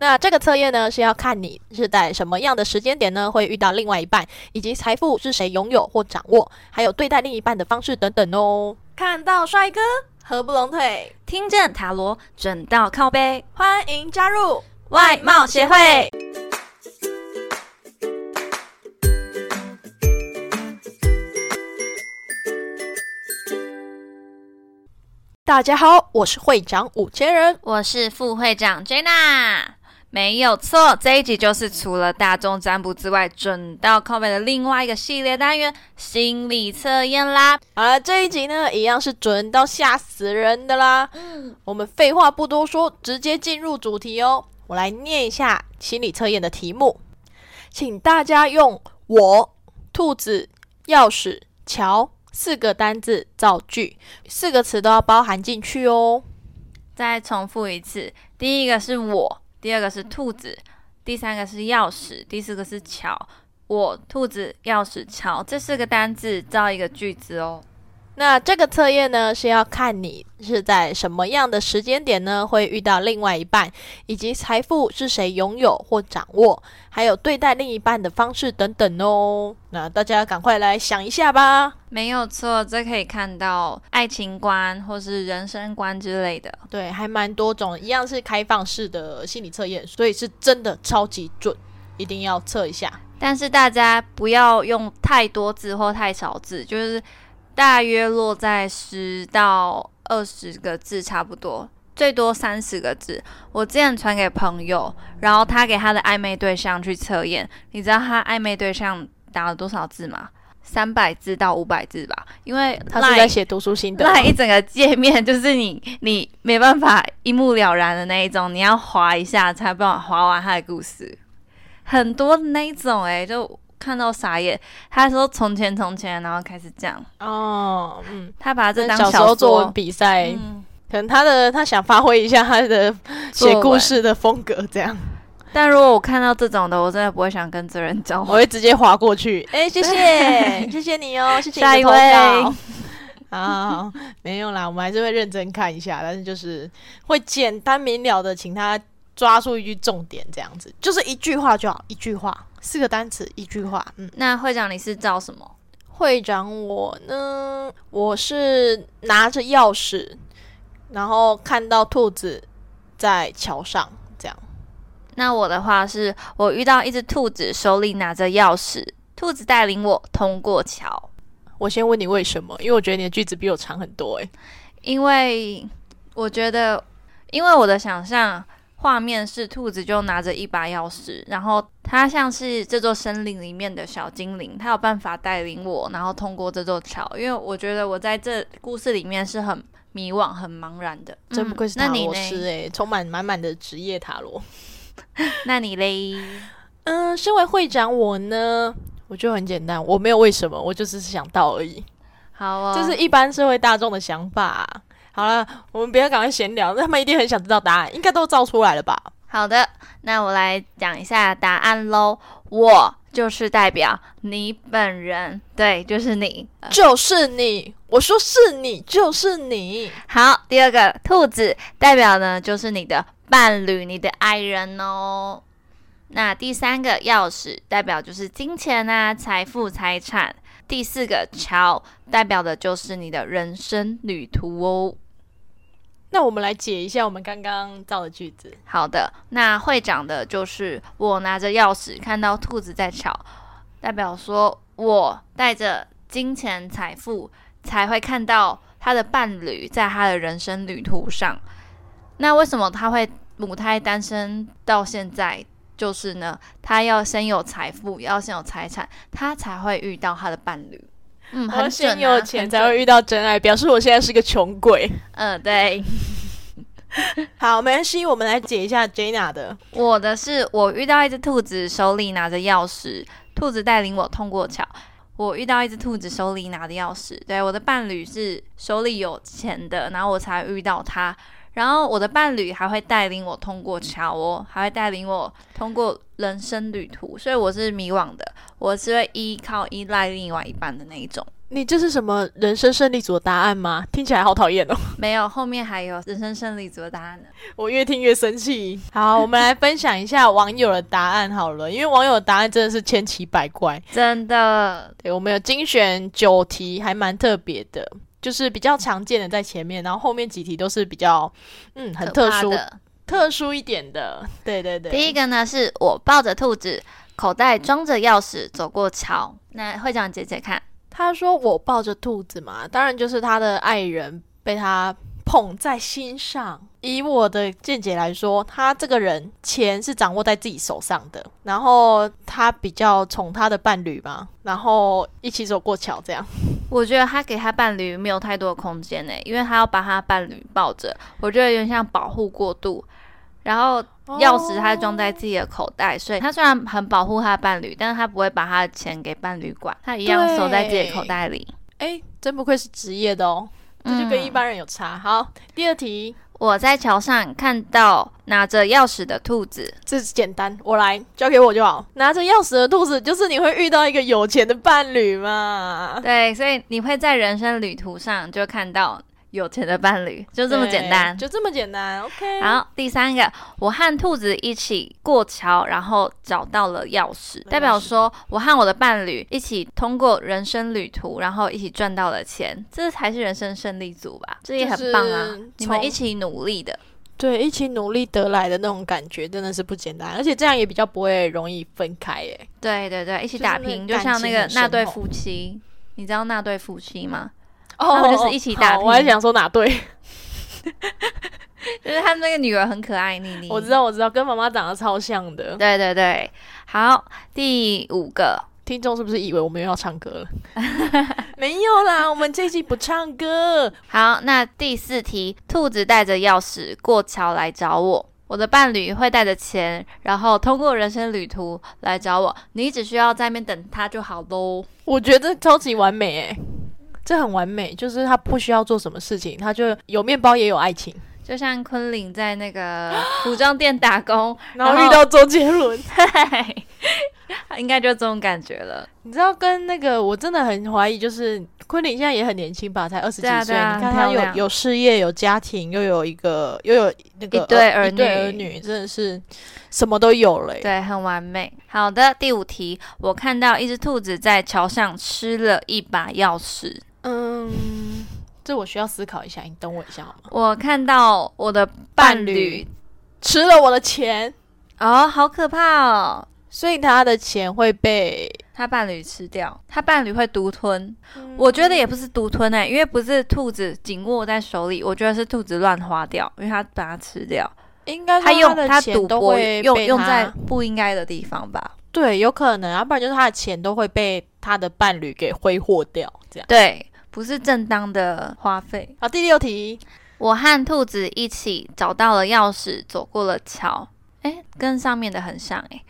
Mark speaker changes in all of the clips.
Speaker 1: 那这个测验呢，是要看你是在什么样的时间点呢，会遇到另外一半，以及财富是谁拥有或掌握，还有对待另一半的方式等等哦。
Speaker 2: 看到帅哥合不拢腿，
Speaker 3: 听见塔罗，准到靠背，
Speaker 2: 欢迎加入
Speaker 3: 外貌协会。
Speaker 1: 大家好，我是会长五千人。
Speaker 3: 我是副会长 Jenna，没有错，这一集就是除了大众占卜之外，准到靠背的另外一个系列单元——心理测验啦。
Speaker 1: 好了，这一集呢，一样是准到吓死人的啦。我们废话不多说，直接进入主题哦。我来念一下心理测验的题目，请大家用“我”、“兔子”、“钥匙”、“桥”四个单字造句，四个词都要包含进去哦。
Speaker 3: 再重复一次，第一个是我，第二个是兔子，第三个是钥匙，第四个是桥。我、兔子、钥匙、桥这四个单字造一个句子哦。
Speaker 1: 那这个测验呢，是要看你是在什么样的时间点呢，会遇到另外一半，以及财富是谁拥有或掌握，还有对待另一半的方式等等哦。那大家赶快来想一下吧。
Speaker 3: 没有错，这可以看到爱情观或是人生观之类的。
Speaker 1: 对，还蛮多种，一样是开放式的心理测验，所以是真的超级准，一定要测一下。
Speaker 3: 但是大家不要用太多字或太少字，就是大约落在十到二十个字差不多，最多三十个字。我之前传给朋友，然后他给他的暧昧对象去测验，你知道他暧昧对象打了多少字吗？三百字到五百字吧，因为
Speaker 1: 他是
Speaker 3: Line-
Speaker 1: 在写读书 心得吗，
Speaker 3: 那一整个界面就是你你没办法一目了然的那一种，你要滑一下才有办法滑完他的故事，很多的那一种哎、就看到傻眼。他说从前从前，然后开始讲，
Speaker 1: 哦，嗯，
Speaker 3: 他把这当
Speaker 1: 小时
Speaker 3: 小
Speaker 1: 候
Speaker 3: 说
Speaker 1: 作文比赛，
Speaker 3: 嗯，
Speaker 1: 可能他的他想发挥一下他的
Speaker 3: 作
Speaker 1: 写
Speaker 3: 文
Speaker 1: 故事的风格，这样。
Speaker 3: 但如果我看到这种的，我真的不会想跟这人交
Speaker 1: 我
Speaker 3: 往。
Speaker 1: 会直接划过去。哎、谢谢，
Speaker 3: 对
Speaker 1: 谢谢你哦，谢谢
Speaker 3: 下
Speaker 1: 你
Speaker 3: 一
Speaker 1: 的投稿
Speaker 3: 位。
Speaker 1: 啊，没有啦，我们还是会认真看一下，但是就是会简单明了的，请他抓住一句重点，这样子，就是一句话就好，一句话，四个单词，一句话。嗯，
Speaker 3: 那会长你是照什么？
Speaker 1: 会长我呢，我是拿着钥匙，然后看到兔子在桥上，这样。
Speaker 3: 那我的话是我遇到一只兔子，手里拿着钥匙，兔子带领我通过桥。
Speaker 1: 我先问你为什么，因为我觉得你的句子比我长很多、欸，
Speaker 3: 因为我觉得，因为我的想象画面是兔子就拿着一把钥匙，然后它像是这座森林里面的小精灵，它有办法带领我，然后通过这座桥。因为我觉得我在这故事里面是很迷惘、很茫然的。
Speaker 1: 真不愧是
Speaker 3: 嗯
Speaker 1: 塔
Speaker 3: 那你
Speaker 1: 罗师
Speaker 3: 呢？
Speaker 1: 哎、充满满满的职业塔罗。
Speaker 3: 那你嘞？
Speaker 1: 嗯，身为会长我呢，我就很简单，我没有为什么，我就只是想到而已，
Speaker 3: 好哦，
Speaker 1: 这是一般社会大众的想法。啊好了，我们不要赶快闲聊，他们一定很想知道答案，应该都造出来了吧？
Speaker 3: 好的，那我来讲一下答案喽。我就是代表你本人，对，就是你。呃
Speaker 1: 就是你，我说是你，就是你。
Speaker 3: 好，第二个兔子代表呢，就是你的伴侣、你的爱人哦。那第三个钥匙代表就是金钱啊、财富、财产。第四个桥代表的就是你的人生旅途哦。
Speaker 1: 那我们来解一下我们刚刚造的句子。
Speaker 3: 好的，那会长的就是我拿着钥匙看到兔子在吵，代表说我带着金钱财富才会看到他的伴侣在他的人生旅途上。那为什么他会母胎单身到现在？就是呢，他要先有财富，要先有财产，他才会遇到他的伴侣。嗯，
Speaker 1: 我
Speaker 3: 很
Speaker 1: 要
Speaker 3: 准、啊、
Speaker 1: 先有钱
Speaker 3: 很
Speaker 1: 才
Speaker 3: 准
Speaker 1: 会。遇到真爱，表示我现在是个穷鬼。
Speaker 3: 嗯、对。
Speaker 1: 好，没关系，我们来解一下 Jana 的。
Speaker 3: 我的是，我遇到一只兔子，手里拿着钥匙，兔子带领我通过桥。我遇到一只兔子，手里拿着钥匙。对，我的伴侣是手里有钱的，然后我才遇到他。然后我的伴侣还会带领我通过桥哦，还会带领我通过人生旅途，所以我是迷惘的，我是会依靠依赖另外一半的那一种。
Speaker 1: 你这是什么人生胜利组的答案吗？听起来好讨厌哦！
Speaker 3: 没有，后面还有人生胜利组的答案呢。
Speaker 1: 我越听越生气。好，我们来分享一下网友的答案好了，因为网友的答案真的是千奇百怪。
Speaker 3: 真的，
Speaker 1: 对，我们有精选九题，还蛮特别的，就是比较常见的在前面，然后后面几题都是比较嗯很
Speaker 3: 可
Speaker 1: 特
Speaker 3: 怕
Speaker 1: 殊、
Speaker 3: 的。
Speaker 1: 特殊一点的。对对对，
Speaker 3: 第一个呢，是我抱着兔子，口袋装着钥匙走过桥。那会长姐姐看，
Speaker 1: 他说我抱着兔子嘛，当然就是他的爱人被他捧在心上。以我的见解来说，他这个人钱是掌握在自己手上的，然后他比较宠他的伴侣嘛，然后一起走过桥这样。
Speaker 3: 我觉得他给他伴侣没有太多的空间呢，因为他要把他伴侣抱着，我觉得有点像保护过度。然后钥匙他装在自己的口袋，所以他虽然很保护他的伴侣，但是他不会把他的钱给伴侣管，他一样收在自己的口袋里。
Speaker 1: 哎，真不愧是职业的哦，这就跟一
Speaker 3: 嗯
Speaker 1: 般人有差。好，第二题，
Speaker 3: 我在桥上看到拿着钥匙的兔子，
Speaker 1: 这是简单，我来交给我就好。拿着钥匙的兔子，就是你会遇到一个有钱的伴侣 嘛？
Speaker 3: 对，所以你会在人生旅途上就看到有钱的伴侣，就
Speaker 1: 就
Speaker 3: 这么简单。
Speaker 1: 就这么简单。OK，
Speaker 3: 然后第三个，我和兔子一起过桥，然后找到了钥匙，代表说我和我的伴侣一起通过人生旅途，然后一起赚到了钱，这才是人生胜利组吧？这也很棒啊！
Speaker 1: 就是
Speaker 3: 你们
Speaker 1: 从
Speaker 3: 一起努力的，
Speaker 1: 对，一起努力得来的那种感觉真的是不简单，而且这样也比较不会容易分开耶。
Speaker 3: 对对对，一起
Speaker 1: 就是
Speaker 3: 打
Speaker 1: 那个
Speaker 3: 拼，就
Speaker 1: 感
Speaker 3: 像那
Speaker 1: 情
Speaker 3: 个
Speaker 1: 很
Speaker 3: 那
Speaker 1: 深
Speaker 3: 对
Speaker 1: 厚
Speaker 3: 夫妻，你知道那对夫妻吗？
Speaker 1: 哦
Speaker 3: 他们就是一起打
Speaker 1: 好
Speaker 3: 拼
Speaker 1: 我还想说哪对，
Speaker 3: 就是他们那个女儿很可爱，妮妮。
Speaker 1: 我知。道我知道，跟妈妈长得超像的。
Speaker 3: 对对对，好，第五个，
Speaker 1: 听众是不是以为我们又要唱歌 了？没有啦，我们这一期不唱歌。
Speaker 3: 好，那第四题，兔子带着钥匙过桥来找我。我的伴侣会带着钱，然后通过人生旅途来找我。你只需要在那边等他就好喽。
Speaker 1: 我觉得超级完美诶，这很完美，就是他不需要做什么事情，他就有面包也有爱情，
Speaker 3: 就像昆凌在那个服装店打工，
Speaker 1: 然后遇到周杰伦。
Speaker 3: 嘿， 应该就这种感觉了。
Speaker 1: 你知道跟那个，我真的很怀疑，就是昆凌现在也很年轻吧，才二十几
Speaker 3: 对啊
Speaker 1: 岁。
Speaker 3: 对啊
Speaker 1: 你
Speaker 3: 很
Speaker 1: 看
Speaker 3: 漂
Speaker 1: 她有
Speaker 3: 亮
Speaker 1: 有事业，有家庭，又有一个又有那个
Speaker 3: 一对儿
Speaker 1: 一对
Speaker 3: 女
Speaker 1: 儿女，真的是什么都有了耶。
Speaker 3: 对，很完美。好的，第五题，我看到一只兔子在桥上吃了一把钥匙。
Speaker 1: 嗯，这我需要思考一下，你等我一下好吗？
Speaker 3: 我看到我的伴
Speaker 1: 伴
Speaker 3: 侣
Speaker 1: 侣吃了我的钱，
Speaker 3: 哦，好可怕哦！
Speaker 1: 所以他的钱会被
Speaker 3: 他伴侣吃掉，他伴侣会独吞。
Speaker 1: 嗯
Speaker 3: 嗯我觉得也不是独吞哎、因为不是兔子紧握在手里，我觉得是兔子乱花掉，因为它把它吃掉，
Speaker 1: 应该说
Speaker 3: 它用
Speaker 1: 的
Speaker 3: 它
Speaker 1: 钱
Speaker 3: 赌
Speaker 1: 都
Speaker 3: 博
Speaker 1: 会
Speaker 3: 用
Speaker 1: 被
Speaker 3: 用
Speaker 1: 他
Speaker 3: 在不应该的地方吧？
Speaker 1: 对，有可能，啊要不然就是他的钱都会被他的伴侣给挥霍掉，这样。
Speaker 3: 对，不是正当的花费。
Speaker 1: 好，第六题，
Speaker 3: 我和兔子一起找到了钥匙，走过了桥。诶，跟上面的很像诶，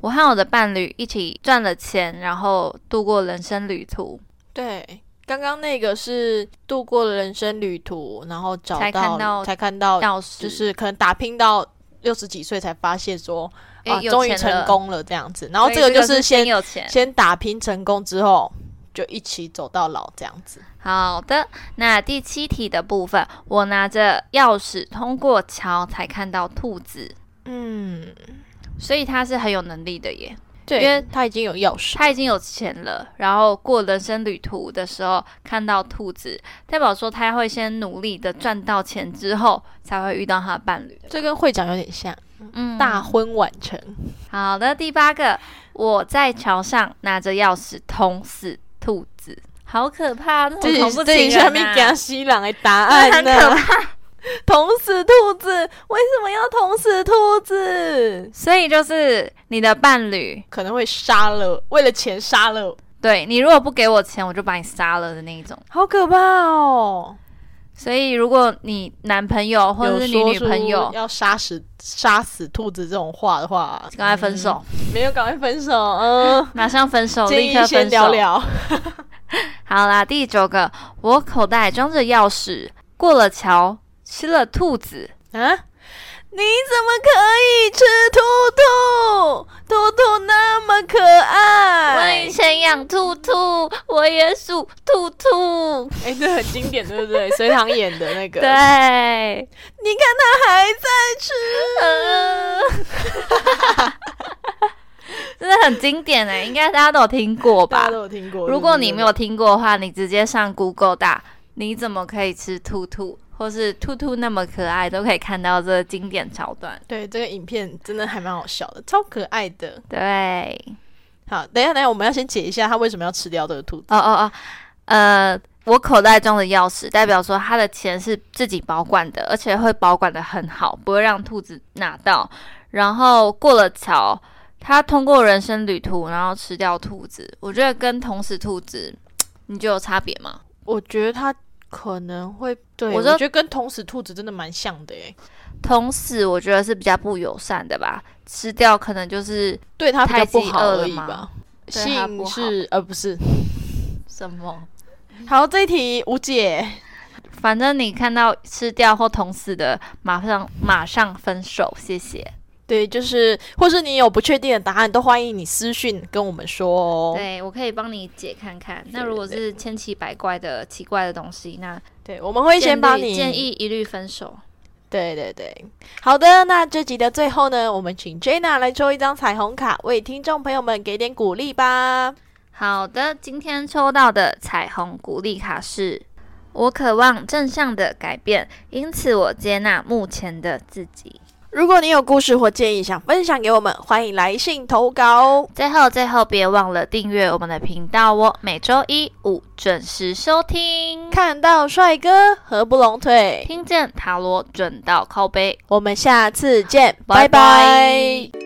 Speaker 3: 我和我的伴侣一起赚了钱，然后度过人生旅途，
Speaker 1: 对，刚刚那个是度过了人生旅途，然后找
Speaker 3: 才看
Speaker 1: 到
Speaker 3: 到
Speaker 1: 才看到，
Speaker 3: 钥匙
Speaker 1: 哦就是可能打拼到六十几岁才发现说
Speaker 3: 诶
Speaker 1: 啊，
Speaker 3: 哎有
Speaker 1: 终于
Speaker 3: 钱
Speaker 1: 成
Speaker 3: 了。
Speaker 1: 功了这样子。然后
Speaker 3: 所以
Speaker 1: 这个就
Speaker 3: 个
Speaker 1: 是
Speaker 3: 是
Speaker 1: 先
Speaker 3: 有钱。
Speaker 1: 先打拼成功之后，就一起走到老这样子。
Speaker 3: 好的，那第七题的部分，我拿着钥匙通过桥才看到兔子，
Speaker 1: 嗯，
Speaker 3: 所以他是很有能力的耶。
Speaker 1: 对，
Speaker 3: 因为
Speaker 1: 他已经有钥匙，
Speaker 3: 他已经有钱了，然后过人生旅途的时候看到兔子，代表说他会先努力的赚到钱之后，才会遇到他的伴侣。
Speaker 1: 这跟会长有点像，
Speaker 3: 嗯
Speaker 1: 大婚晚成。
Speaker 3: 好的，第八个，我在桥上拿着钥匙捅死兔子，好可怕！那
Speaker 1: 这
Speaker 3: 种
Speaker 1: 里
Speaker 3: 恐
Speaker 1: 是
Speaker 3: 怖
Speaker 1: 这
Speaker 3: 情
Speaker 1: 里下面
Speaker 3: 人
Speaker 1: 给他
Speaker 3: 啊，
Speaker 1: 西朗的答
Speaker 3: 那
Speaker 1: 案
Speaker 3: 很
Speaker 1: 呢、
Speaker 3: 可
Speaker 1: 捅死兔子，为什么要捅死兔子？
Speaker 3: 所以就是你的伴侣，
Speaker 1: 可能会杀了，为了钱杀了，
Speaker 3: 对你如果不给我钱，我就把你杀了的那一种。
Speaker 1: 好可怕哦！
Speaker 3: 所以如果你男朋友或者是你
Speaker 1: 有
Speaker 3: 女
Speaker 1: 说出
Speaker 3: 朋友，
Speaker 1: 要杀死杀死兔子这种话的话，
Speaker 3: 赶快分手，
Speaker 1: 嗯，没有赶快分手，嗯，
Speaker 3: 马上分手，
Speaker 1: 建
Speaker 3: 立
Speaker 1: 议
Speaker 3: 刻
Speaker 1: 先
Speaker 3: 分
Speaker 1: 聊
Speaker 3: 手。
Speaker 1: 聊。
Speaker 3: 好啦，第九个，我口袋装着钥匙，过了桥，吃了兔子。
Speaker 1: 啊！你怎么可以吃兔兔？兔兔那么可
Speaker 3: 我
Speaker 1: 爱
Speaker 3: 以，前养兔兔，我也属兔兔。
Speaker 1: 哎、这很经典，对不对？隋唐演的那个，
Speaker 3: 对，啊
Speaker 1: 你看他还在吃，
Speaker 3: 呃 真的很经典哎、应该大家都有听过
Speaker 1: 大
Speaker 3: 吧
Speaker 1: 家？都有听过。
Speaker 3: 如果你没有
Speaker 1: 对
Speaker 3: 听过的话，你直接上 Google 打“你怎么可以吃兔兔”或是“兔兔那么可爱”，都可以看到这个经典桥段。
Speaker 1: 不对对这个影片真的还蛮好笑的，超可爱的。
Speaker 3: 对，
Speaker 1: 好，等一下，等一下，我们要先解一下他为什么要吃掉这个兔子。
Speaker 3: 哦哦哦，呃，我口袋中的钥匙代表说他的钱是自己保管的，而且会保管的很好，不会让兔子拿到。然后过了桥，他通过人生旅途，然后吃掉兔子。我觉得跟同时兔子，你觉得有差别吗？
Speaker 1: 我觉得他可能会，对
Speaker 3: 我
Speaker 1: 我
Speaker 3: 说
Speaker 1: 觉得跟同死兔子真的蛮像的诶，
Speaker 3: 同时我觉得是比较不友善的吧，吃掉可能就是
Speaker 1: 对他比较不好而已
Speaker 3: 太饥饿了
Speaker 1: 吧。
Speaker 3: 对它不
Speaker 1: 性
Speaker 3: 好
Speaker 1: 是呃不是，
Speaker 3: 什么。
Speaker 1: 好这一题无解，
Speaker 3: 反正你看到吃掉或捅死的，马上马上分手，谢谢。
Speaker 1: 对，就是或是你有不确定的答案，都欢迎你私讯跟我们说哦。
Speaker 3: 对，我可以帮你解看看。那
Speaker 1: 对
Speaker 3: 如果
Speaker 1: 对
Speaker 3: 是千奇百怪的奇怪的东西，那
Speaker 1: 对，我们会
Speaker 3: 建
Speaker 1: 先帮
Speaker 3: 律
Speaker 1: 你
Speaker 3: 建议一律分手。
Speaker 1: 对对对，好的，那这集的最后呢，我们请 Jenna 来抽一张彩虹卡，为听众朋友们给点鼓励吧。
Speaker 3: 好的，今天抽到的彩虹鼓励卡是：我渴望正向的改变，因此我接纳目前的自己。
Speaker 1: 如果你有故事或建议想分享给我们，欢迎来信投稿哦。
Speaker 3: 最后，最后别忘了订阅我们的频道哦，每周一五准时收听，
Speaker 1: 看到帅哥合不拢腿，
Speaker 3: 听见塔罗准到靠背。
Speaker 1: 我们下次见，拜
Speaker 3: 拜拜
Speaker 1: 拜